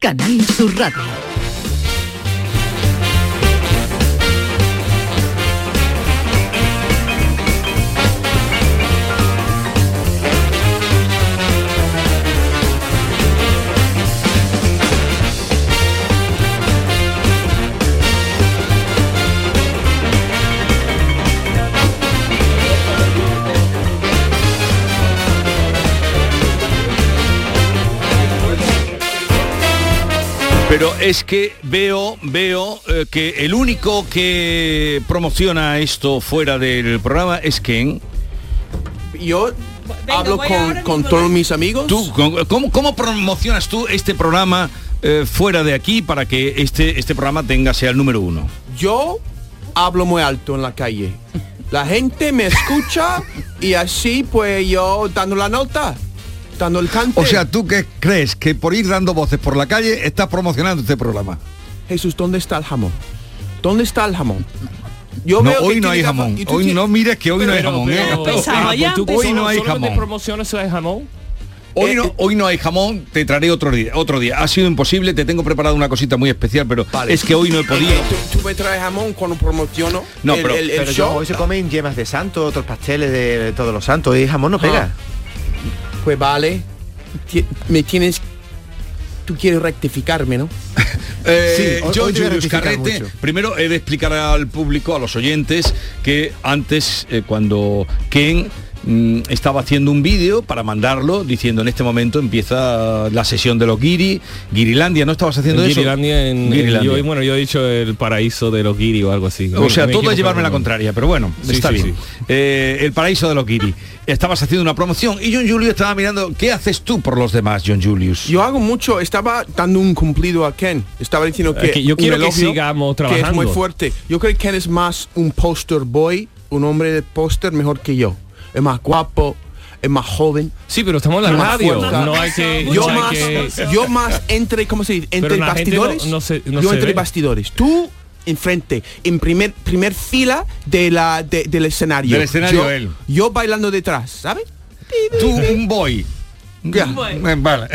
Canal Sur Radio. Pero es que veo, veo eh, que el único que promociona esto fuera del programa es Ken. Yo hablo voy con, ahora con mismo, todos mis amigos. Tú, con- ¿cómo, cómo promocionas tú este programa eh, fuera de aquí para que este, este programa tenga sea el número uno? Yo hablo muy alto en la calle. La gente me escucha y así pues yo dando la nota, dando el canto. O sea, ¿tú qué crees? Que por ir dando voces por la calle estás promocionando este programa. Jesús, ¿dónde está el jamón? ¿Dónde está el jamón? Yo No, veo que hoy no tiene hay gafas jamón. y tú Hoy tienes- no mires que hoy no hay jamón. ¿eh? pues, Ah, Hoy no hay de jamón. promociones de jamón? Eh, Hoy no, hoy no hay jamón, te traeré otro día, otro día. Ha sido imposible, te tengo preparado una cosita muy especial, pero Vale. es que hoy no he podido. Tú, tú me traes jamón cuando promociono No, el, pero- el- el Pero yo, show. hoy se comen yemas de santo, otros pasteles de, de todos los santos y jamón no pega. Pues vale. Ti- me tienes... Tú quieres rectificarme, ¿no? Eh, Sí, hoy- yo, hoy te voy a Julius rectificar Carrete, mucho. primero he de explicar al público, a los oyentes, que antes, eh, cuando Ken mm, estaba haciendo un vídeo para mandarlo, diciendo en este momento empieza la sesión de los Giri, Girilandia, ¿no estabas haciendo En eso? Girilandia, en- en- Girilandia. yo, bueno, yo he dicho el paraíso de los guiri o algo así. O sea, todo es llevarme la contraria. contraria, pero bueno, Sí, está sí, bien. Eh, el paraíso de los guiri. Estabas haciendo una promoción y John Julius estaba mirando, ¿qué haces tú por los demás, John Julius? Yo hago mucho, estaba dando un cumplido a Ken. Estaba diciendo que, Que yo un quiero que elogio sigamos que es muy trabajando. fuerte. Yo creo que Ken es más un poster boy, un hombre de póster mejor que yo. Es más guapo, es más joven. Sí, pero estamos en la Más radio. fuerza. No hay que... Yo no hay más, que- yo más entre, ¿cómo se dice? Entre la gente bastidores. no- no se- no yo se entre ve. bastidores. Tú enfrente, en primer primer fila de la de- del escenario. Del escenario, yo, él. yo bailando detrás, ¿sabes? Tú, un boy. Ya. Eh, Vale.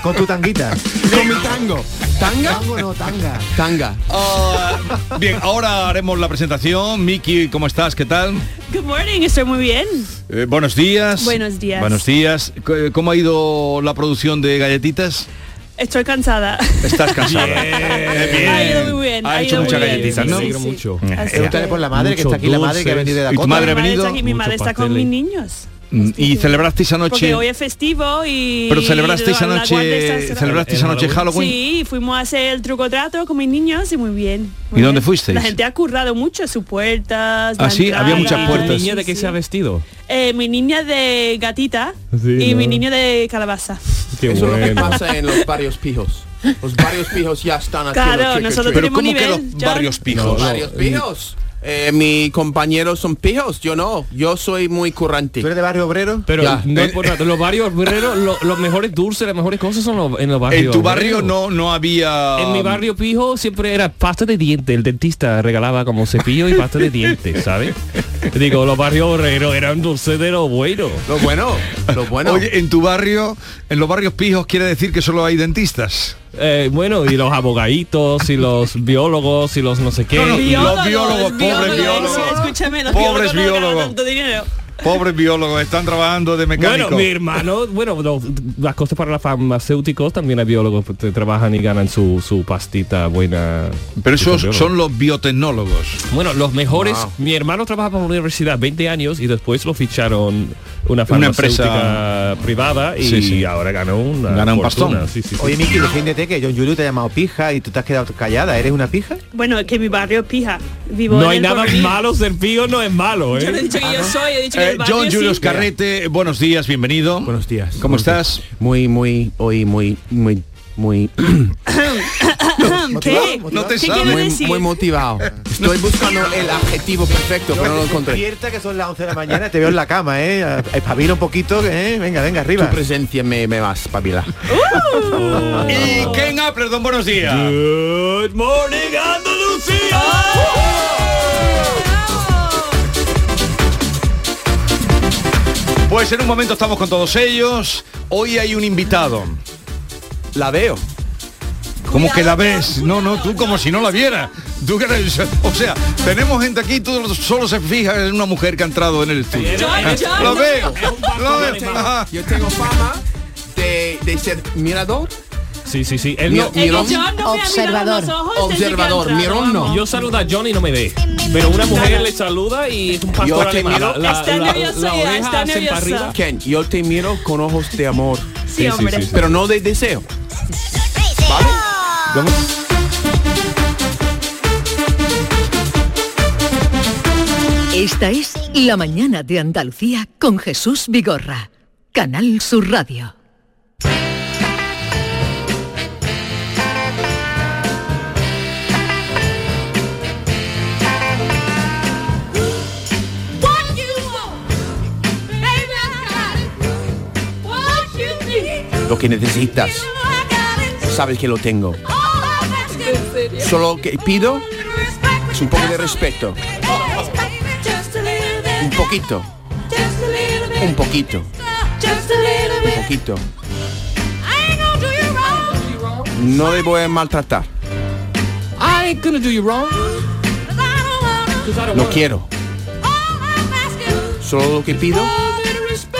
Con tu tanguita. Con mi tango. ¿Tanga? Tango no, tanga. Tanga. Ah, bien, ahora haremos la presentación. Miki, ¿cómo estás? ¿Qué tal? Good morning, estoy muy bien. Eh, buenos días. Buenos días. Buenos días. C- eh, ¿Cómo ha ido la producción de galletitas? Estoy cansada. Estás cansada. Eh, bien. Ha ido muy bien. Ha ha hecho ido muy muchas bien. galletitas, Sí, ¿no? sí, Alegro sí. mucho. Así Pregúntale que- por la madre que Muchos está aquí, la madre que ha venido de dulces. ¿Y tu madre? Mi Dakota. ha madre está venido? aquí, mi Mucho madre está con pastel. mis niños. Mm, Así Y que- celebrasteis anoche. Porque hoy es festivo y... Pero celebrasteis la- la guardia anoche. está cerrada. Celebrasteis El anoche Halloween. Halloween. Sí, fuimos a hacer el truco trato con mis niños y muy bien. muy ¿Y dónde bien. fuisteis? La gente ha currado mucho sus puertas. Ah, la sí, había entrada, muchas sí, puertas. ¿Niña de sí. qué se ha vestido? Eh, mi niña de gatita Sí, y mi ¿no? niño de calabaza. Qué Eso es lo que bueno. pasa en los barrios pijos. Los barrios pijos ya están haciendo Claro, trick or nosotros treat. Pero tenemos ¿cómo que nivel, los John. barrios pijos? Los barrios pijos. Eh, mis compañeros son pijos, yo no. Yo soy muy currante. ¿Tú eres de barrio obrero? Pero Ya. no Eh, es por nada, los barrios obreros, lo- los mejores dulces, las mejores cosas son los- en los barrios. En tu barrio obreros. no, no había... En mi barrio pijo siempre era pasta de dientes. El dentista regalaba como cepillo y pasta de dientes, ¿sabes? Digo, los barrios obreros eran dulces de los buenos. Lo bueno, lo bueno. Oye, en tu barrio, en los barrios pijos quiere decir que solo hay dentistas. Eh, bueno, y los abogaditos, y los biólogos, y los no sé qué. No, no, Y- Los biólogos, pobres biólogos. Escúchame, los Pobres biólogos no ganan biólogos. tanto dinero. Pobres biólogos, están trabajando de mecánico. Bueno, mi hermano, bueno, los- las cosas para los farmacéuticos también hay biólogos que trabajan y ganan su, su pastita buena. Pero esos Biólogos. son los biotecnólogos. Bueno, los mejores. Wow. Mi hermano trabajaba en una universidad 20 años y después lo ficharon una Una farmacéutica empresa- privada y Sí, sí. ahora ganó una Gana un fortuna. pastón. Sí, sí, sí. Oye, Miki, defiéndete que John Julio te ha llamado pija y tú te has quedado callada. ¿Eres una pija? Bueno, es que mi barrio es pija. Vivo no en hay el nada porvenir. malo, ser pío no es malo, Yo no he ¿eh? dicho Ah, que yo soy, he dicho que Eh, el barrio John sí. Julius Carrete, buenos días, bienvenido. Buenos días. ¿Cómo Buenos días. estás? Muy, muy, hoy, muy, muy, muy, ¿Qué? No te ¿Qué sabes. quiere muy, decir? muy motivado. Estoy buscando el adjetivo perfecto, pero no lo encontré. Despierta que son las 11 de la mañana, te veo en la cama, ¿eh? Espabila un poquito, ¿eh? Venga, venga, Tu arriba. presencia me, me va a espabilar. Y Ken Appleton, buenos días. Good morning, Andalucía. Pues en un momento estamos con todos ellos. Hoy hay un invitado. La veo. Como que la ves. No, no, tú como si no la vieras. Tú que eres- o sea, tenemos gente aquí, tú solo se fija en una mujer que ha entrado en el estudio. Ah, Yo- yo- Lo veo. yo- Lo veo. Ajá. Yo tengo fama de, de ser mirador. Sí, sí, sí. Él no- Mira- Es que Mirón. John no me ha mirado a Observador. los ojos desde que ha Observador. entrado, Mirón no. vamos. Yo saludo a Johnny y no me ve. Pero una mujer le saluda y es un Yo pastor te alemán. miro. Está nerviosa ya, oreja está hacen para nerviosa. arriba. Ken, yo te miro con ojos de amor, Sí, hombre. pero no de deseo. ¿Vale? Esta es La mañana de Andalucía con Jesús Vigorra, Canal Sur Radio. What you want, baby, I got it. What you need, Lo que necesitas, you know I got it. sabes que lo tengo. All I'm asking Solo que pido is respect. es un poco de respeto. Just a little Un bit, poquito, just a little bit, un poquito, just a little un bit. poquito. I ain't gonna do you wrong, 'cause No le voy a maltratar. I ain't gonna do you wrong. I don't wanna. Lo quiero. All I'm asking Solo lo que pido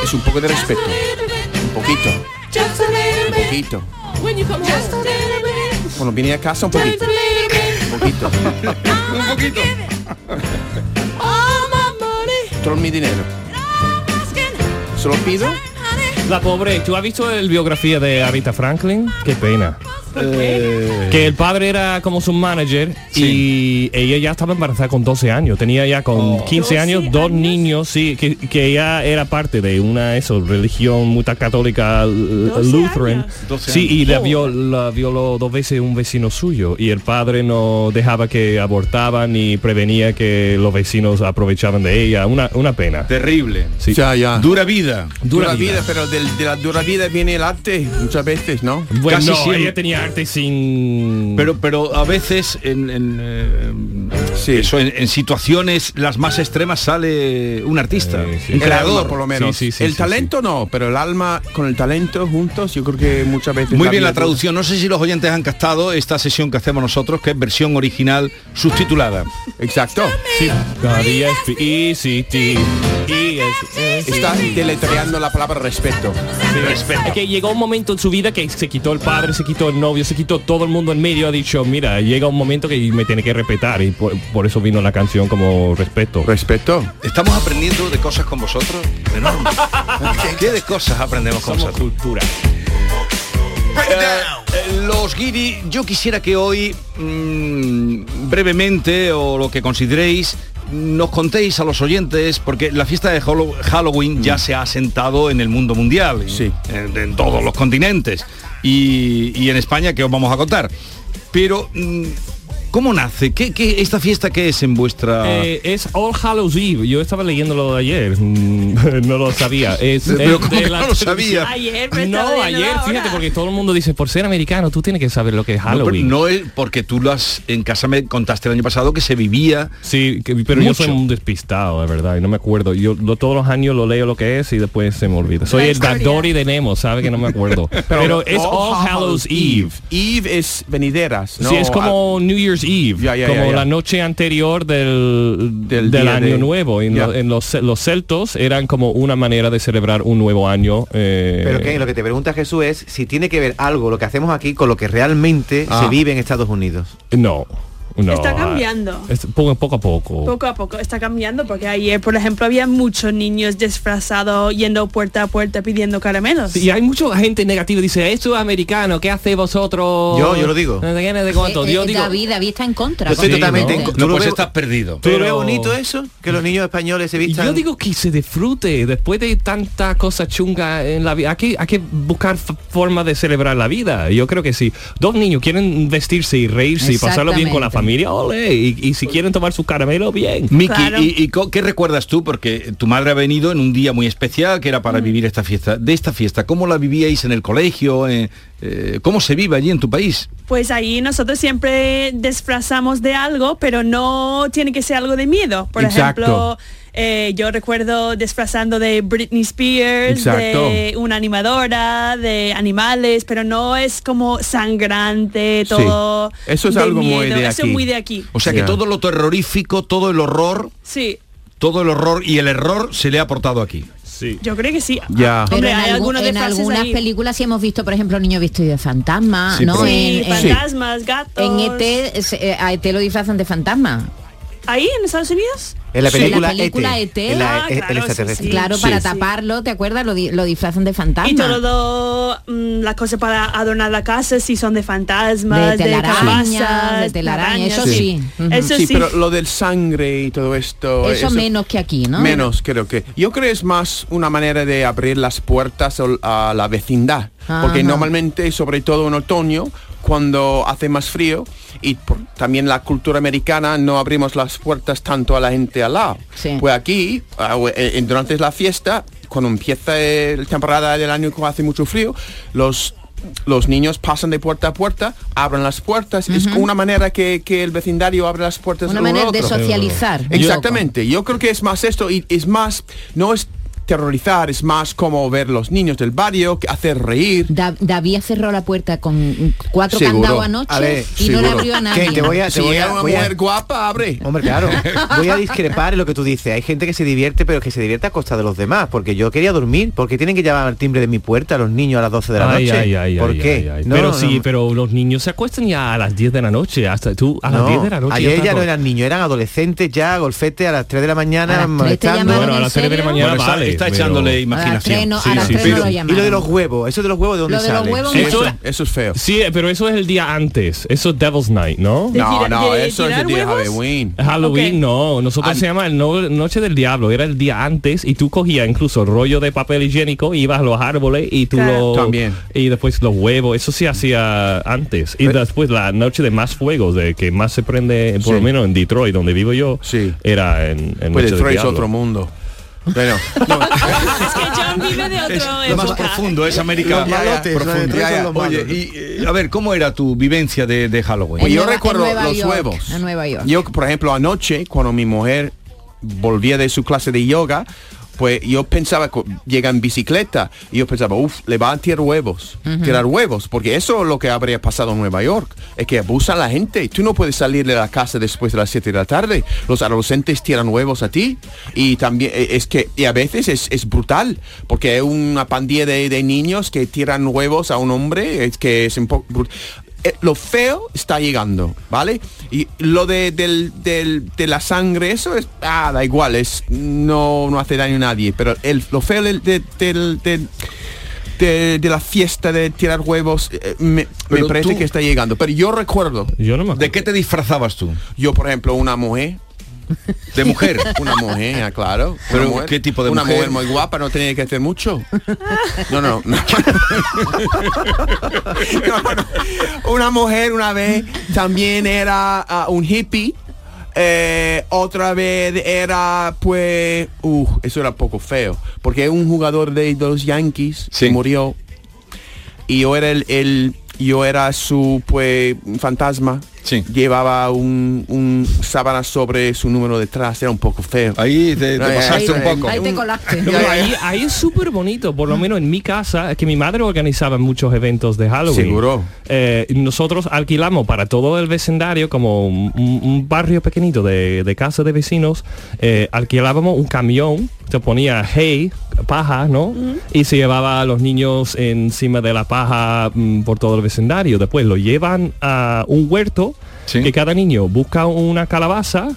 es un poco de just a respeto. little bit, Un poquito, just a little un bit, poquito. when you come home. Just a little bit, Cuando vine a casa, un just poquito, a little bit. un poquito. Un poquito. Todo mi dinero. Solo pido La pobre, ¿tú has visto el biografía de Arita Franklin? Qué pena. Que el padre era como su manager y ella ya estaba embarazada con 12 años. Tenía ya con 15 años 12 dos Oh. años. niños, sí, que, que ella era parte de una eso, religión muy católica l- 12 Lutheran. años. Oh. 12 Sí, y la, viol- la violó dos veces un vecino suyo y el padre no dejaba que abortaban ni prevenía que los vecinos aprovechaban de ella. Una, una pena. Terrible. Sí. Ya, ya. Ah. Dura vida. Dura, vida. pero del- de la dura vida viene el arte muchas veces, ¿no? Bueno, Casi no, siempre. ella tenía arte sin... Pero, pero a veces en, en, eh, Sí. eso, en, en situaciones las más extremas sale un artista, Eh, sí. un El creador. alma, por lo menos. Sí, sí, sí, el sí, talento no, pero el alma con el talento juntos, yo creo que muchas veces. Muy bien la vida- traducción. No sé si los oyentes han captado esta sesión que hacemos nosotros, que es versión original subtitulada. Exacto. Sí. Todavía es pi- y sí, ti. Y es- es- Estás deletreando la palabra respeto. Es que llegó un momento en su vida que se quitó el padre, se quitó el novio, se quitó todo el mundo en medio. Ha dicho, mira, llega un momento que me tiene que respetar. Y por, por eso vino la canción como respeto. Respeto. Estamos aprendiendo de cosas con vosotros. Enorme. ¿Qué de cosas aprendemos con Somos vosotros? cultura. Eh, Los guiri, yo quisiera que hoy mm, brevemente o lo que consideréis nos contéis a los oyentes porque la fiesta de Hallow- Halloween ya se ha asentado en el mundo mundial, y Sí. en, en todos los continentes y, y en España que os vamos a contar. Pero mm, ¿cómo nace? ¿Qué, qué- esta fiesta qué es en vuestra? Eh, es All Hallows Eve. Yo estaba leyendo lo de ayer. Mm, no lo sabía. Es, Pero es ¿cómo de que la- no lo sabía? Ayer, me estaba No, viendo ayer, ahora. fíjate, porque todo el mundo dice, por ser americano, tú tienes que saber lo que es No, pero Halloween. no es porque tú lo has en casa me contaste el año pasado que se vivía Sí, que- pero yo Mucho. soy un despistado, de verdad, y no me acuerdo. Yo lo- todos los años lo leo lo que es y después se me olvida. Soy La el historia. Dadori de Nemo, ¿sabe? Que no me acuerdo. pero, es All Hallows Eve. Eve es venideras, ¿no? ah, sí, es como New Year's Eve, Ya, ya, como ya, ya. la noche anterior del, Del del, día año de- nuevo. En, Ya. lo- en los, ce- los celtos eran como una manera de celebrar un nuevo año. eh, Pero que lo que te pregunta Jesús es si tiene que ver algo lo que hacemos aquí con lo que realmente Ah. se vive en Estados Unidos. No, no. ah, Está cambiando. Es poco, poco a poco. Poco a poco está cambiando porque ayer, por ejemplo, había muchos niños disfrazados yendo puerta a puerta pidiendo caramelos. Sí, Y hay mucha gente negativa, dice, esto es americano, ¿qué hace vosotros? Yo- yo lo digo. No sé qué, no sé cuánto. Eh, eh, Yo digo, David, David está en contra. Yo estoy Sí, totalmente ¿no? en co- No, Tú lo pues ves- estás perdido. ¿Pero es Pero- bonito eso? Que los niños españoles se vistan... yo digo que se disfrute después de tanta cosa chunga en la vida. Hay que, hay que buscar f- formas de celebrar la vida. Yo creo que si dos niños quieren vestirse y reírse y pasarlo bien con la Exactamente. familia, ole. Y, y si quieren tomar su caramelo, bien. Miki, Claro. ¿y, y co- qué recuerdas tú? Porque tu madre ha venido en un día muy especial que era Mm. para vivir esta fiesta. De esta fiesta, ¿cómo la vivíais en el colegio? Eh, eh, ¿Cómo se vive allí en tu país? Pues ahí nosotros siempre disfrazamos de algo, pero no tiene que ser algo de miedo. Por Exacto. ejemplo, eh, yo recuerdo disfrazando de Britney Spears, Exacto. de una animadora, de animales, pero no es como sangrante, todo. Eso es de algo muy miedo. de Eso aquí. es muy de aquí. O sea que Ya. todo lo terrorífico, todo el horror, Sí, todo el horror y el error se le ha aportado aquí. yo creo que sí. Ah, Ya. Hombre, en, hay algu- algunos en disfraces algunas ahí. películas sí hemos visto, por ejemplo, niño vestido de fantasma, Sí, ¿no? pero- Sí, En- en, fantasmas, gatos. en ET, es- eh, a ET lo disfrazan de fantasma. ¿Ahí en Estados Unidos? En la Sí. película, E En la película ET, en la- E ah, el- el claro, sí, extraterrestre. sí. Claro, para Sí. taparlo, ¿te acuerdas? Lo, di- lo disfrazan de fantasma. Y todo lo, mm, las cosas para adornar la casa, si son de fantasmas, De de, telarañas, calabazas, de telaraña, arañas, eso sí. Ujú. Eso Ah, Sí, sí. pero lo del sangre y todo esto... Eso menos que aquí, ¿no? Menos, creo que. Yo creo es más una manera de abrir las puertas al- a la vecindad. Porque Ajá. normalmente, sobre todo en otoño, cuando hace más frío, y por- también la cultura americana, no abrimos las puertas tanto a la gente al lado. Sí. Pues aquí, ah, o- eh, eh, durante la fiesta, cuando empieza eh, la temporada del año que hace mucho frío, los... Los niños pasan de puerta a puerta, abren las puertas, es una manera que, que el vecindario abre las puertas. Una uno al manera de otro. socializar. un poco. Exactamente, yo creo que es más esto y es más, no es terrorizar, es más como ver los niños del barrio, que hacer reír. Da- David cerró la puerta con cuatro Seguro. candados anoche A ver, y no le seguro. abrió a nadie. Que te voy a, te Si voy es a- una voy a- mujer guapa, abre. Hombre, claro, voy a discrepar en lo que tú dices. Hay gente que se divierte, pero que se divierte a costa de los demás. Porque yo quería dormir, porque tienen que llamar al timbre de mi puerta a los niños a las 12 de la Ay, noche. ay, ay, ¿Por ay, qué? ay, ay. No, pero no, sí, no. pero los niños se acuestan ya a las 10 de la noche, hasta tú a las No, 10 de la noche. ayer estás ya no con- eran niños, eran adolescentes ya, golfete a las 3 de la A mañana, las 3 te molestando. llamaron. Bueno, a las 3 de la ¿En mañana Bueno, está, vale, está pero- echándole A las tres imaginación. no, Sí, a las sí, tres pero- no lo Y llamaron. lo de los huevos, eso de los huevos de dónde Lo de los sale. huevos Sí, me eso, suena. eso es feo. Sí, eh, pero eso es el día antes. Eso es Devil's Night, ¿no? ¿De No, tira- no, de eso es el tirar día de huevos? Halloween. Halloween Ok. no, nosotros An- se llama el no- Noche del Diablo, era el día antes y tú cogías incluso rollo de papel higiénico, ibas a los árboles y tú Claro. lo También. Eh. y después los huevos, eso se hacía antes y después la noche de más fuegos, de que más se prende eh, por lo Sí. menos en Detroit donde vivo yo, Sí. era en, Pues en Noche del Detroit es Diablo. otro mundo. Bueno, no, es que John vive de Es otro lo más profundo, es América Los malotes, profunda. los malotes son los Oye, malos. y, eh, a ver, ¿cómo era tu vivencia de, de Halloween? En Pues yo Nueva- en recuerdo Nueva los York, huevos. en Nueva York. Yo, por ejemplo, anoche, cuando mi mujer volvía de su clase de yoga, pues yo pensaba, cu- llega en bicicleta, y yo pensaba, uff, le va a tirar huevos, tirar huevos, porque eso es lo que habría pasado en Nueva York, es que abusan a la gente. Tú no puedes salir de la casa después de las 7 de la tarde, los adolescentes tiran huevos a ti, y también eh, es que, y a veces es, es brutal, porque hay una pandilla de, de niños que tiran huevos a un hombre, es que es un poco brut- eh, lo feo está llegando, ¿vale? Y lo de, del, del- de la sangre, eso es, ah, da igual, es, no, no hace daño a nadie, pero el, lo feo del, del- del- del- de, de la fiesta de tirar huevos, eh, me, me Pero parece tú- que está llegando, pero yo recuerdo, Yo no me ¿De qué te disfrazabas tú? yo por ejemplo, una mujer, De mujer. una mujer, ah, claro. una Pero, mujer, ¿qué tipo de Una mujer? mujer muy guapa, no tenía que hacer mucho. No, no. no. No, no. Una mujer una vez también era ah, un hippie. eh, otra vez era pues uh, eso era poco feo porque un jugador de los Yankees Sí. que murió y yo era el, el- yo era su pues fantasma Sí. llevaba un, un sábana sobre su número detrás era un poco feo Ahí te, te Ay, pasaste ay, un poco. Ahí te colaste. No, Ya, pero ya, ahí, ahí es súper bonito, por lo menos en mi casa, es que mi madre organizaba muchos eventos de Halloween. Seguro. Eh, y nosotros alquilamos para todo el vecindario, como un, un- un barrio pequeñito de, de casas de vecinos, eh, alquilábamos un camión, se ponía hay, paja, ¿no? Y se llevaba a los niños encima de la paja mm, por todo el vecindario. Después lo llevan a un huerto Sí. que cada niño busca una calabaza,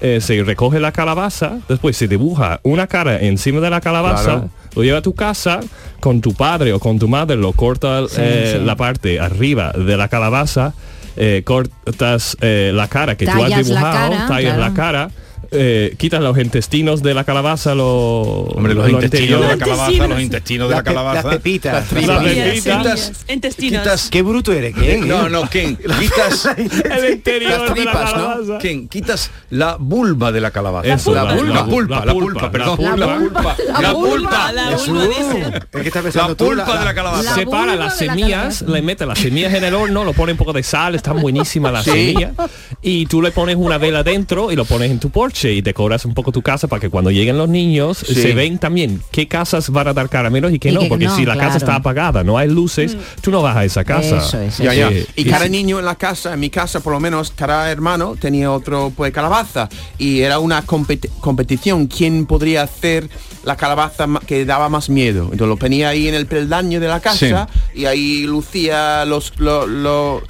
eh, se recoge la calabaza, después se dibuja una cara encima de la calabaza, Claro. lo lleva a tu casa, con tu padre o con tu madre lo corta eh, la parte arriba de la calabaza, eh, cortas eh, la cara que tú has Tallas la dibujado, cara, tallas claro. la cara. eh, quitas los intestinos de la calabaza lo, Hombre, los lo intestinos de la anterior. calabaza, los intestinos de la Las pe- calabaza. las pepitas. Las Las tripas. pepitas. Quitas- Intestinos. Quitas... Qué bruto eres, ¿eh? ¿qué? No, no, Ken, quitas... el interior Las de la tripas, ¿no? calabaza. Ken, quitas la vulva de la calabaza. Eso, la, la vulva, la- la pulpa, la la pulpa, pulpa, perdón. la La pulpa, la pulpa. La vulva, dice. Es que estás La pensando tú, pulpa de la la- calabaza. separa vulva las de la semillas, calabaza. le mete las semillas en el horno, lo pone un poco de sal, están buenísimas las Sí. semillas, y tú le pones una vela dentro y lo pones en tu porche. noche y decoras un poco tu casa para que cuando lleguen los niños Sí. se ven también qué casas van a dar caramelos y qué Y no, que porque no, si la claro. Mm. casa está apagada, no hay luces, tú no vas a esa casa. Eso es, Ya, eso ya. es. Sí, Y sí, cada sí. niño en la casa, en mi casa por lo menos, cada hermano tenía otro pues calabaza. Y era una compet- competición, quién podría hacer la calabaza ma- que daba más miedo. Entonces lo ponía ahí en el peldaño de la casa y ahí lucía los... lo- lo-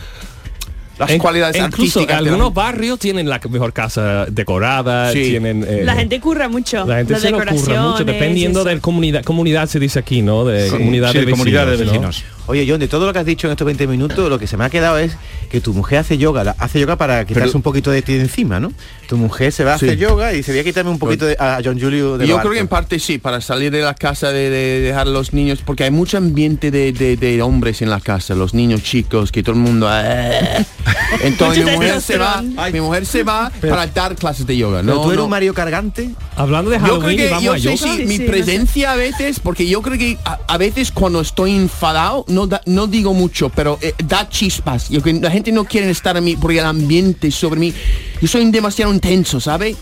las En- e cualidades incluso artísticas de la- algunos barrios tienen la mejor casa decorada, Sí. tienen eh, La gente curra mucho. la gente las se lo ocurre mucho decoraciones, dependiendo eso. del comunidad comunidad se dice aquí, ¿no? De Sí, comunidad sí, de vecinos. comunidad de ¿no? vecinos. Oye, John, de todo lo que has dicho en estos 20 minutos, lo que se me ha quedado es que tu mujer hace yoga, la- hace yoga para quitarse Pero- un poquito de ti de encima, ¿no? Tu mujer se va a hacer yoga y se voy a quitarme un poquito de, a John Julio de lo Yo creo que en alto. parte sí, para salir de la casa, de, de dejar a los niños, porque hay mucho ambiente de, de- de hombres en la casa, los niños chicos, que todo el mundo... "Eh". Entonces mi Mucho mujer se va, testosterona. mi mujer se va para dar clases de yoga. Pero No, tú eres no. un Mario cargante. Hablando de Yo creo Halloween y que vamos yo a sé yoga. si Sí, mi sí, presencia a veces, porque yo creo que a, a veces cuando estoy enfadado no da- no digo mucho, pero eh, da chispas. Yo que la gente no quiere estar a mí porque el ambiente sobre mí. Yo soy demasiado intenso, ¿sabe?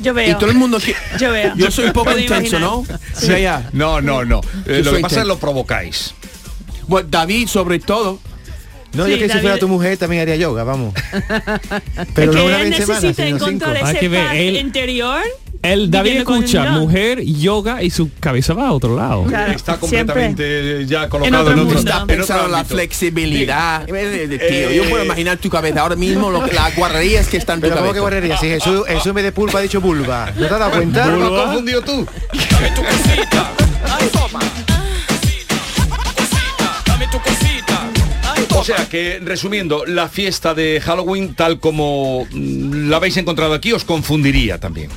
Yo Y veo. todo el mundo quiere. Yo veo. Yo soy un poco Puedo intenso, imaginar. ¿no? Ya, ya. No, no, no. Eh, Yo lo que soy pasa es intenso. lo provocáis. Bueno, David sobre todo. No, Sí, yo que si David- fuera tu mujer también haría yoga, vamos. Es Pero que no una él vez en semana, necesita sino cinco. encontrar Hay ese que ver, paz él- interior. El David viviendo con escucha un don. mujer, yoga y su cabeza va a otro lado. Claro, Está siempre. completamente eh, ya colocado otro en otro, mundo. en Está otro pensando en la ámbito. flexibilidad. Eh, eh, tío, Eh. yo puedo imaginar tu cabeza ahora mismo, lo que, las guarrerías que están en tu Pero ¿cómo cabeza. que guarrería? Si Jesús, Jesús me de pulpa ha dicho vulva. ¿No te has dado cuenta? ¿Lo has confundido tú? O sea que, resumiendo, la fiesta de Halloween, tal como mm, la habéis encontrado aquí, os confundiría también.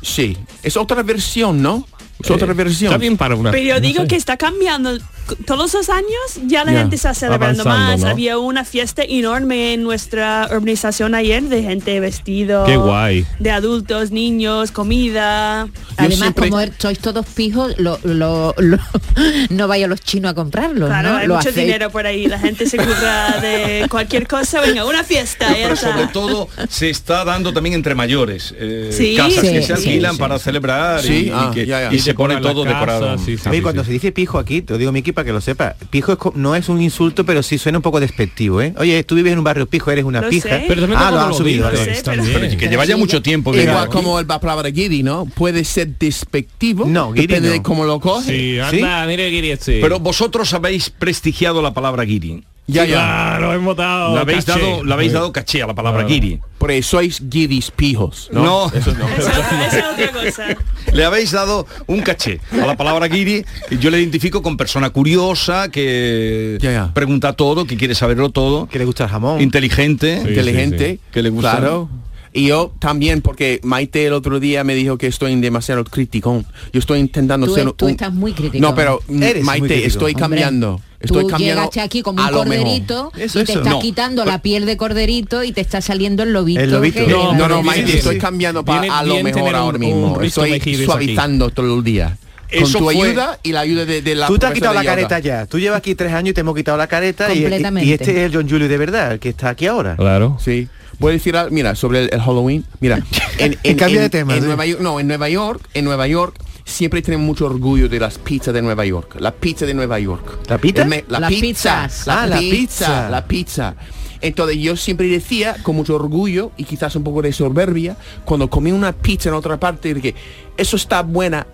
Sí. Es otra versión, ¿no? Es otra versión. Eh, Está bien para una. Pero Ah, no digo sé. que está cambiando. C- Todos los años ya la Ya, gente está celebrando avanzando, más. ¿no? Había una fiesta enorme en nuestra urbanización ayer de gente vestido. Qué guay. De adultos, niños, comida. Además, siempre- como er- sois todos fijos, lo, lo- lo- no vaya los chinos a comprarlo. Claro, ¿no? hay Lo mucho hacéis. dinero por ahí. La gente se curra de cualquier cosa. Venga, una fiesta. ya Pero está. sobre todo se está dando también entre mayores. eh, Sí. Casas que se Sí, sí, alquilan sí, para celebrar y- Sí, y, ah, que- ya, ya. y Y se pone decoran la todo casa, decorado. sí, A sí, mí sí, cuando sí. se dice pijo aquí, te lo digo Miki para que lo sepa, pijo es co- no es un insulto, pero sí suena un poco despectivo, ¿eh? Oye, tú vives en un barrio pijo, eres una Lo pija. sé. Pero también Ah, como lo han lo subido, dices, vale. Sí, pero- también. Que lleva ya mucho tiempo. que- Igual como el, la palabra guiri, ¿no? Puede ser despectivo. No, guiri Depende no. de cómo lo coge. Sí, anda, mire que iría, sí. Pero vosotros habéis prestigiado la palabra guiri. Ya, ya. Claro, hemos dado. La habéis Oh, caché. dado, la habéis dado caché a la palabra Claro. guiri. Por eso sois guiris pijos. No. eso no. Eso- eso es otra cosa. Le habéis dado un caché a la palabra guiri. Yo le identifico con persona curiosa, que Ya, ya. pregunta todo, que quiere saberlo todo, Que le gusta el jamón. inteligente. Sí. Inteligente. Que le gusta. Claro. Y yo también, porque Maite el otro día me dijo que estoy demasiado criticón. Yo estoy intentando Tú- ser... tú estás muy criticón. No, pero mm, Eres muy Maite, criticón. estoy Hombre, cambiando. Estoy tú cambiando llegaste aquí como a un lo mejor. corderito Eso, y te eso. está No. quitando la piel de corderito y te está saliendo el lobito. El lobito. que- No, no, no, Viene- Maite, viene- estoy cambiando para viene a lo bien mejor tener un- ahora un mismo. Risto Estoy Mejide aquí. suavizando todo el día. Eso Con tu fue- ayuda y la ayuda de, de la Tú te has profesora quitado la de yoga. careta ya. Tú llevas aquí tres años y te hemos quitado la careta. Y, Completamente. y este es el John Julio de verdad, el que está aquí ahora. Claro. Sí. Voy a decir, al- mira, sobre el, el Halloween, mira, en, en- Cambia de en- tema, en sí. Nueva York, no, en Nueva York, en Nueva York siempre tenemos mucho orgullo de las pizzas de Nueva York, la pizza de Nueva York. ¿La pita? El me- La, Las pizza, pizzas. la Ah, la pizza, pizza. la pizza. Entonces yo siempre decía con mucho orgullo y quizás un poco de soberbia cuando comí una pizza en otra parte de que eso está buena,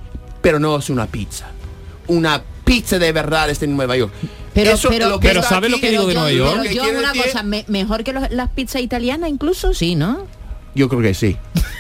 pero no es una pizza. Una pizza de verdad es de Nueva York. Pero- Eso, pero- pero está ¿sabe lo aquí- que digo de yo- Nueva York? pero Lo que yo quiero una decir- cosa, me- mejor que los- las pizzas italianas incluso, sí, ¿no? Yo creo que sí.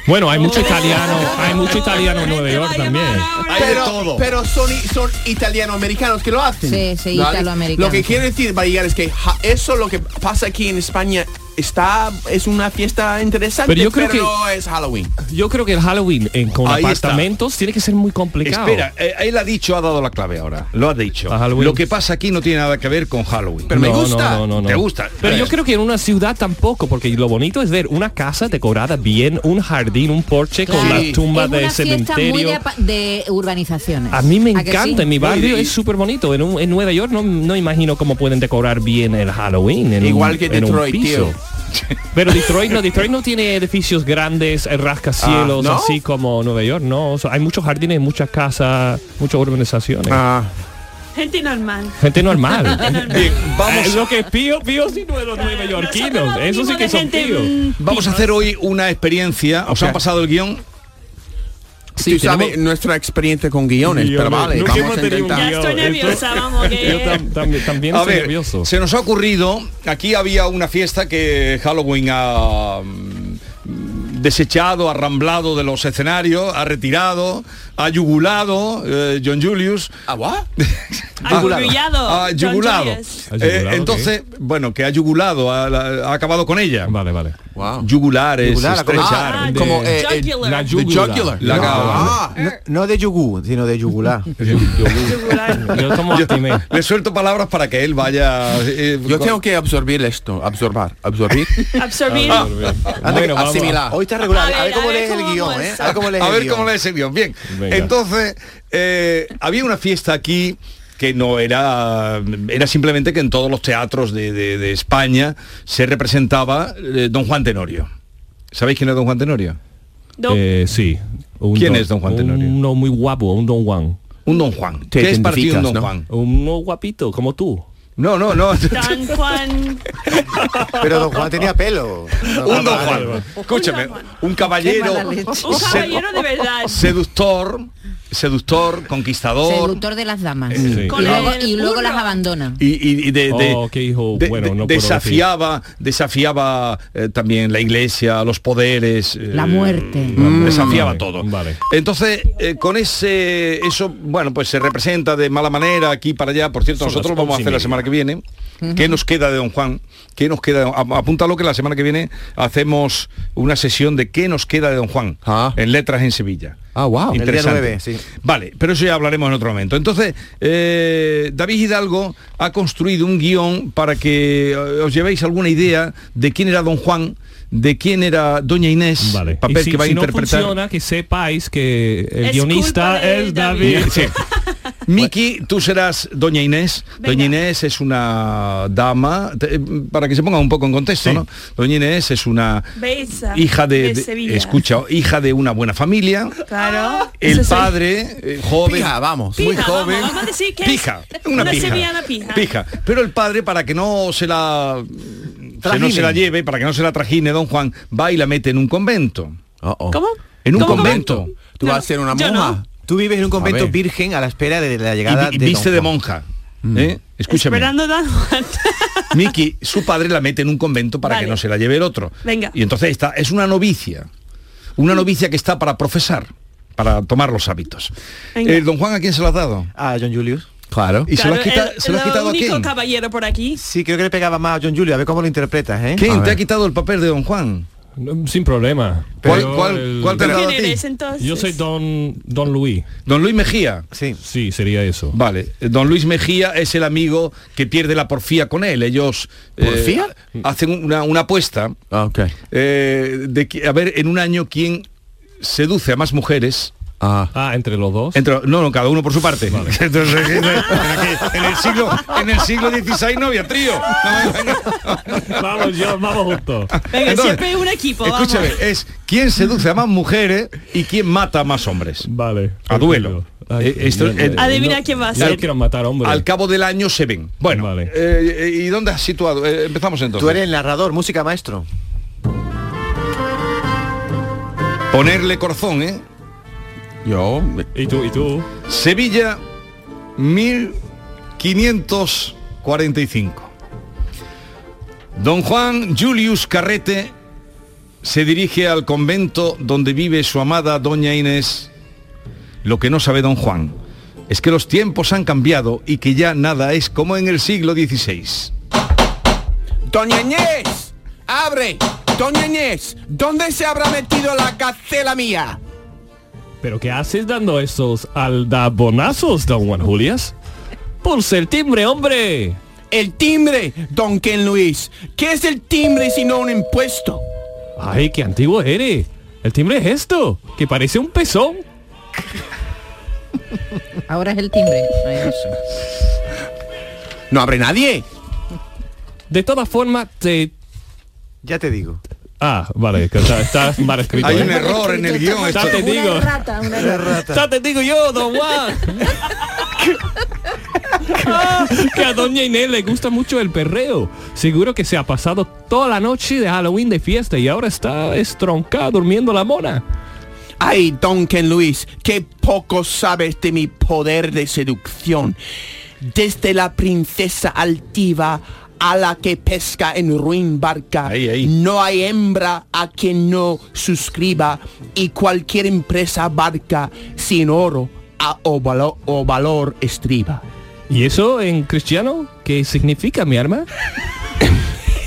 Bueno, hay mucho italiano, hay mucho italiano en Nueva York también. Hay de todo. pero son, son italiano-americanos que lo hacen. Sí, sí, italoamericanos. Lo que quiere decir, Barigal, es que ja- eso lo que pasa aquí en España está es una fiesta interesante, Pero pero, yo creo que- no es Halloween. Yo creo que el Halloween en, con Ahí está. apartamentos tiene que ser muy complicado. Espera, eh, él ha dicho, ha dado la clave ahora. Lo ha dicho. A Halloween. Lo que pasa aquí no tiene nada que ver con Halloween. Pero me gusta. No, no, no. Te gusta. Pero yo Eh. creo que en una ciudad tampoco, porque lo bonito es ver una casa decorada bien, un jardín, un porche con Claro. la tumba es una de fiesta muy cementerio. de, apa- de urbanizaciones. A mí me que encanta, sí? en mi barrio Y- es súper bonito. En, un- en Nueva York no, no imagino cómo pueden decorar bien el Halloween. en un- Igual que en un Detroit, piso. tío. Pero Detroit no, Detroit no tiene edificios grandes, eh, rascacielos, Ah, ¿no? así como Nueva York, no. O sea, hay muchos jardines, muchas casas, muchas urbanizaciones. Ah, Gente normal. Gente normal. Bien, vamos, Vamos. Lo que es pío, pío sí no de los Nosotros neoyorquinos. lo Eso sí mismo de que son gente, píos. mm, vamos a hacer hoy una experiencia. ¿Os han pasado el guión? Sí, tú tenemos- sabes nuestra experiencia con guiones, pero Guiones. vale, Nunca vamos hemos a tenido un intentar. Ya estoy Dios, nerviosa, vamos, Yo que... tam- tam- también A estoy ver, nervioso. se nos ha ocurrido, aquí había una fiesta que Halloween ha mm, desechado, arramblado de los escenarios, ha retirado, ha yugulado eh, John Julius. Ah, Ah, what? Ah, Ayugulado. Ha John yugulado. Julius. ¿Ha yugulado Eh, entonces, bueno, que ha yugulado, ha, la- ha acabado con ella. Vale, vale. Wow. Yugular es Yugular, la estrechar. Ah, de- como eh, eh, Jugular. la the yugular. jugular. La Ah, No, no de yugú, sino de yugular. Jugular. Yo como Yo Ah. timé. le suelto palabras para que él vaya... eh, yo con- tengo que absorbir esto, absorbar, absorbir. Absorbir. ah, Anda, que- Bueno, vamos. asimilar. Hoy está A regular. ver, A ver a cómo ver lees el cómo guión, vamos ¿eh? eso. A ver cómo lees A el ver guión. cómo le sirvió. Bien. Venga. Entonces, eh, había una fiesta aquí que no era era simplemente que en todos los teatros de, de- de España se representaba eh, Don Juan Tenorio. ¿Sabéis quién es Don Juan Tenorio? No. Eh, sí. Un ¿Quién es Don Juan Tenorio? Uno muy guapo, un Don Juan. Un Don Juan. Te ¿Qué es para ti un identificas, Don ¿no? Juan? Uno guapito, como tú. No, no, no. Ah, San Juan. Pero don Juan tenía pelo. un Don Juan. Escúchame, un caballero Qué mala leche. Un se- caballero de verdad. seductor, seductor, conquistador. Seductor de las damas. oh. Sí. Y Con luego, el y luego culo. las abandona. y, y- y de, de- Oh, qué hijo, bueno, no puedo desafiaba desafiaba eh, también la iglesia los poderes eh, La muerte. vale, desafiaba Vale, todo vale. entonces eh, con ese eso bueno pues se representa de mala manera aquí para allá por cierto Son nosotros las lo vamos a once hacer y la media. semana que viene qué nos queda de don juan qué nos queda A- apúntalo que la semana que viene hacemos una sesión de qué nos queda de don juan Ah. en letras en sevilla Ah, wow. El día Interesante. nueve, sí. Vale, pero eso ya hablaremos en otro momento. Entonces, eh, David Hidalgo ha construido un guión para que eh, os llevéis alguna idea de quién era Don Juan, de quién era Doña Inés, Vale. papel Y si, que va a si interpretar. no funciona, que sepáis que el Es culpa guionista de es David. David. Sí. Miki, tú serás Doña Inés. Venga. Doña Inés es una dama, te- eh, para que se ponga un poco en contexto, ¿no? Doña Inés es una Besa. hija de, de de- Sevilla. escucha, hija de una buena familia. Claro. El Eso soy. padre, eh, joven, Pija, vamos. Pija, Muy vamos, joven. Vamos a decir que es pija, una, pija. sevillana pija. Pija. Pero el padre, para que no se la... se no se la lleve, para que no se la trajine, don Juan, va y la mete en un convento. Uh-oh. ¿Cómo? En un ¿Cómo, cómo? convento. Tú No, vas a ser una yo monja. no. Tú vives en un A convento ver. virgen a la espera de la Y, llegada vi- de viste don de Juan. monja. ¿eh? Escúchame. Esperando Don Juan. Miki, su padre la mete en un convento para Vale. que no se la lleve el otro. Venga. Mm. Y entonces está, es una novicia. Una novicia que está para profesar, para tomar los hábitos. Venga. Eh, don Juan, ¿a quién se la has dado? Ah, John Julius. Claro. ¿Y se Claro, la has, quita- el- se la has el quitado a único quién? caballero por aquí. Sí, creo que le pegaba más a John Julius. A ver cómo lo interpretas, ¿eh? ¿Quién A te ha ver. quitado el papel de don Juan? No, Sin problema. ¿Cuál, Pero cuál- el- cuál te han ¿Tú dado a quién ti? eres entonces? Yo soy Don Don Luis. Don Luis Mejía. Sí. Sí, sería eso. Vale, don Luis Mejía es el amigo que pierde la porfía con él. Ellos eh, ¿Porfía? hacen una, una apuesta Ah, ok. eh, de que- a ver en un año quién seduce a más mujeres. Ah. Ah, entre los dos. Entre- no, no, cada uno por su parte. Entonces, en el- en el siglo en el siglo XVI no había trío. vamos, yo, vamos juntos. Venga, Entonces, siempre hay un equipo. vamos. Escúchame, es quién seduce a más mujeres y quién mata a más hombres. Vale. A duelo. Eh, qué esto- bien, eh, Adivina quién va a yo ser. no quiero matar hombre. Al cabo del año se ven. Bueno, Vale. eh, eh, ¿y dónde has situado? Eh, empezamos entonces. Tú eres el narrador, música maestro. Ponerle corazón, ¿eh? Yo. ¿Y tú? ¿Y tú? Sevilla, 1545. Don Juan Julius Carrete se dirige al convento donde vive su amada doña Inés. Lo que no sabe don Juan es que los tiempos han cambiado y que ya nada es como en el siglo XVI. Doña Inés, abre. Doña Inés, ¿dónde se habrá metido la gacela mía? ¿Pero qué haces dando esos aldabonazos, don Juan Julias? Pulsa el timbre, hombre. El timbre, don Ken Luis. ¿Qué es el timbre si no un impuesto? Ay, qué antiguo eres. El timbre es esto, que parece un pezón. Ahora es el timbre. Ay, eso. No abre nadie. De todas formas, te Ya te digo. Ah, vale, que está, está mal escrito. Hay ¿eh? un error en el guión. Ya esto- te digo. Una rata, una rata. Ya te digo yo, don Juan. Ah, que a doña Inés le gusta mucho el perreo. Seguro que se ha pasado toda la noche de Halloween de fiesta y ahora está estroncada durmiendo la mona. Ay, Don Ken Luis, qué poco sabes de mi poder de seducción. Desde la princesa altiva a la que pesca en ruin barca, Ahí, ahí. no hay hembra a quien no suscriba y cualquier empresa barca sin oro a- o, valo- o valor estriba. ¿Y eso en cristiano? ¿Qué significa, mi arma?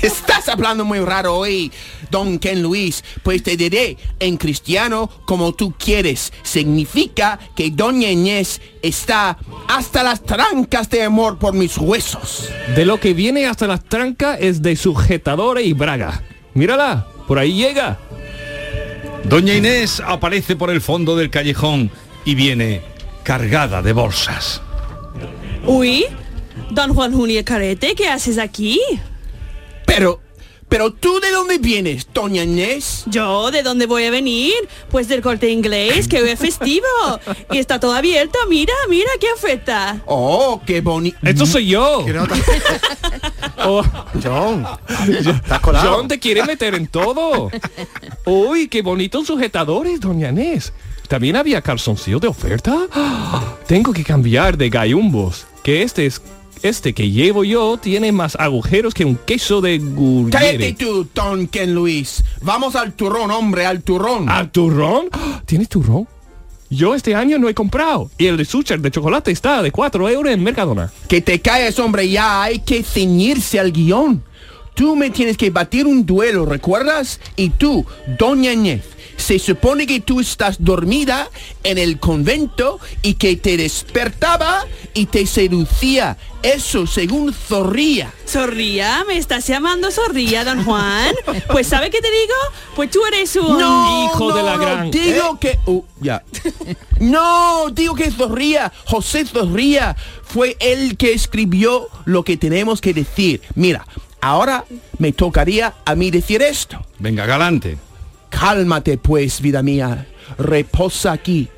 Estás hablando muy raro hoy, Don Ken Luis. Pues te diré, en cristiano, como tú quieres, significa que Doña Inés está hasta las trancas de amor por mis huesos. De lo que viene hasta las trancas es de sujetadores y braga. Mírala, por ahí llega. Doña Inés aparece por el fondo del callejón y viene cargada de bolsas. Uy, don Juan Junio Carete, ¿qué haces aquí? Pero, pero tú de dónde vienes, Doña Inés? Yo, ¿de dónde voy a venir? Pues del corte inglés, que hoy es festivo. Y está todo abierto, mira, mira, qué oferta. Oh, qué bonito. Esto soy yo. Oh, John, estás colado. John te quiere meter en todo. Uy, qué bonitos sujetadores, doña Inés. También había calzoncillo de oferta. ¡Ah! Tengo que cambiar de gallumbos, que este es este que llevo yo tiene más agujeros que un queso de Cállate gurguere. tú, Don Ken Luis. Vamos al turrón, hombre, al turrón. ¿Al turrón? ¡Ah! ¿Tienes turrón? Yo este año no he comprado. Y el de Sucher de chocolate está de 4 euros en Mercadona. Que te calles, hombre, ya hay que ceñirse al guión. Tú me tienes que batir un duelo, ¿recuerdas? Y tú, Doña Ñez, se supone que tú estás dormida en el convento y que te despertaba y te seducía. Eso según Zorría. Zorría, ¿me estás llamando Zorría, don Juan? Pues ¿sabe qué te digo? Pues tú eres un... hijo de la gran- ¿Eh? Digo que... Uh, ya. no, digo que Zorría, José Zorría, fue el que escribió lo que tenemos que decir. Mira, ahora me tocaría a mí decir esto. Venga, galante. Cálmate pues, vida mía, reposa aquí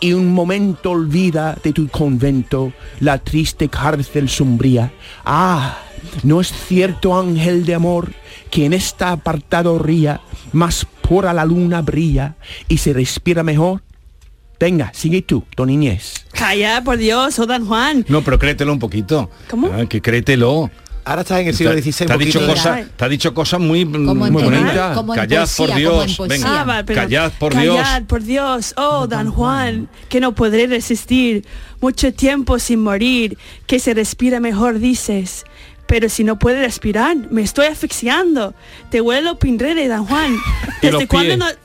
y un momento olvida de tu convento la triste cárcel sombría. Ah, no es cierto ángel de amor que en esta apartado ría, más pura la luna brilla y se respira mejor. Venga, sigue tú, don Inés. Calla, por Dios, oh don Juan. No, pero créetelo un poquito. ¿Cómo? Ah, que créetelo. Ahora estás en el siglo Te- XVI. te ha dicho poquito. cosas, te ha dicho cosas muy, Como muy en tema, bonitas. como en Callad por poesía, como en Dios. poesía. Venga, Ah, vale, perdón. callad por Dios. Callad ¿eh? por Dios, oh Don Juan, que no podré resistir mucho tiempo sin morir, que se respira mejor, dices. Pero si no puede respirar, me estoy asfixiando. Te huelo pinrele, Don Juan. Y los ¿Desde cuándo pies. Ah. no...?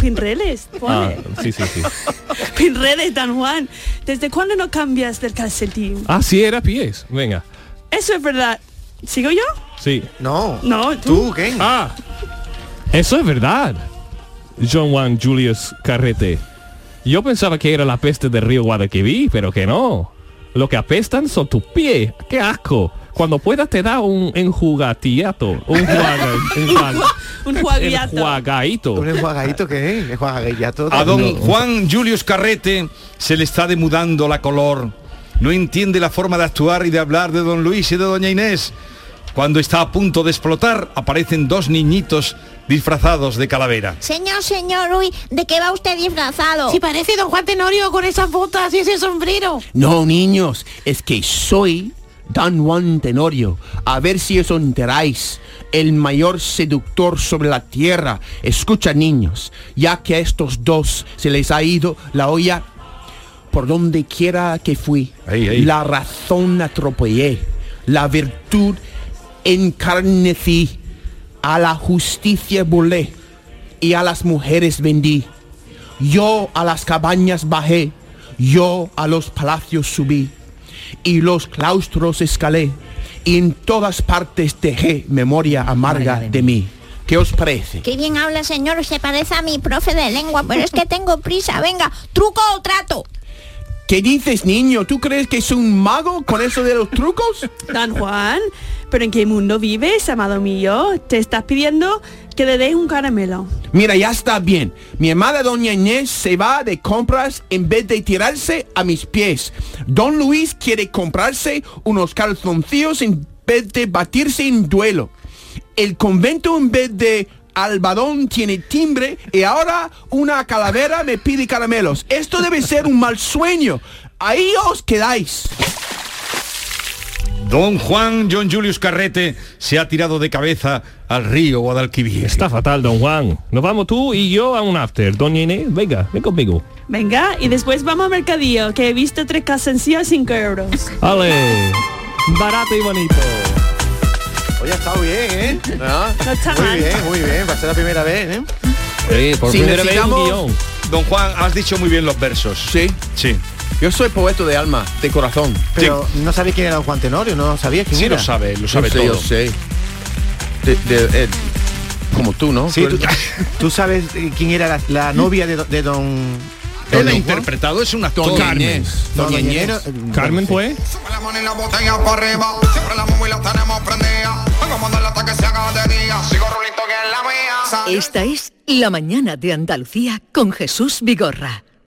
Pinreles, Ah, pone. sí, sí, sí. Pinreles, Don Juan. ¿Desde cuándo no cambias del calcetín? Ah, sí, era pies. Venga. Eso es verdad. ¿Sigo yo? Sí. No. No, tú. ¿Tú, Ken? Ah, eso es verdad. John Juan Julius Carrete. Yo pensaba que era la peste del río Guadalquivir, pero que no. Lo que apestan son tus pies. ¡Qué asco! Cuando puedas te da un enjugatillato. Un juaga- un juaga- Un juaguiato. enjuagaíto. ¿Un enjuagadito qué es? Enjuagadito. A don Juan Julius Carrete se le está demudando la color. No entiende la forma de actuar y de hablar de don Luis y de doña Inés. Cuando está a punto de explotar, aparecen dos niñitos disfrazados de calavera. Señor, señor, uy, ¿de qué va usted disfrazado? Si parece don Juan Tenorio con esas botas y ese sombrero. No, niños, es que soy Don Juan Tenorio. A ver si os enteráis. El mayor seductor sobre la tierra. Escucha, niños, ya que a estos dos se les ha ido la olla por donde quiera que fui. Ahí, ahí. La razón atropellé. La virtud encarnecí. A la justicia burlé. Y a las mujeres vendí. Yo a las cabañas bajé, yo a los palacios subí, y los claustros escalé, y en todas partes dejé memoria amarga de mí. ¿Qué os parece? Qué bien habla, señor, se parece a mi profe de lengua, pero es que tengo prisa, venga, truco o trato. ¿Qué dices, niño? ¿Tú crees que soy un mago con eso de los trucos? Don Juan, pero ¿en qué mundo vives, amado mío? Te estás pidiendo que le des un caramelo. Mira, ya está bien. Mi amada doña Inés se va de compras en vez de tirarse a mis pies. Don Luis quiere comprarse unos calzoncillos en vez de batirse en duelo. El convento en vez de albadón tiene timbre y ahora una calavera me pide caramelos. Esto debe ser un mal sueño. Ahí os quedáis. Don Juan John Julius Carrete se ha tirado de cabeza al río Guadalquivir. Está fatal, don Juan. Nos vamos tú y yo a un after. Doña Inés, venga, ven conmigo. Venga, y después vamos al mercadillo, que he visto tres calzoncillos a 5 euros. Ale, barato y bonito. Oye, ha estado bien, ¿eh? Ah, No está muy mal. bien, muy bien. Va a ser la primera vez, ¿eh? por Si primera vez un necesitamos- guión. Don Juan, has dicho muy bien los versos. Sí, Sí, yo soy poeta de alma, de corazón. Pero no sabéis quién era don Juan Tenorio, no sabías quién sí era. lo sabe, lo sabe Yo sé, todo. yo sé. De- de- eh, como tú, ¿no? Sí, Tú tú, eres- Pues- tú sabes eh, quién era la, la novia de, do- de don... de Él don ha Juan. interpretado, es un actor. Doña Carmen. Inés. No, Doña doña Inés. Inés, eh, Carmen, pues. Sube la mano y la botella para arriba. Siempre la momo y la tenemos prendida. Vamos a mandarla hasta que se haga de día. Sigo rulito que es la mía. Esta es La Mañana de Andalucía con Jesús Vigorra.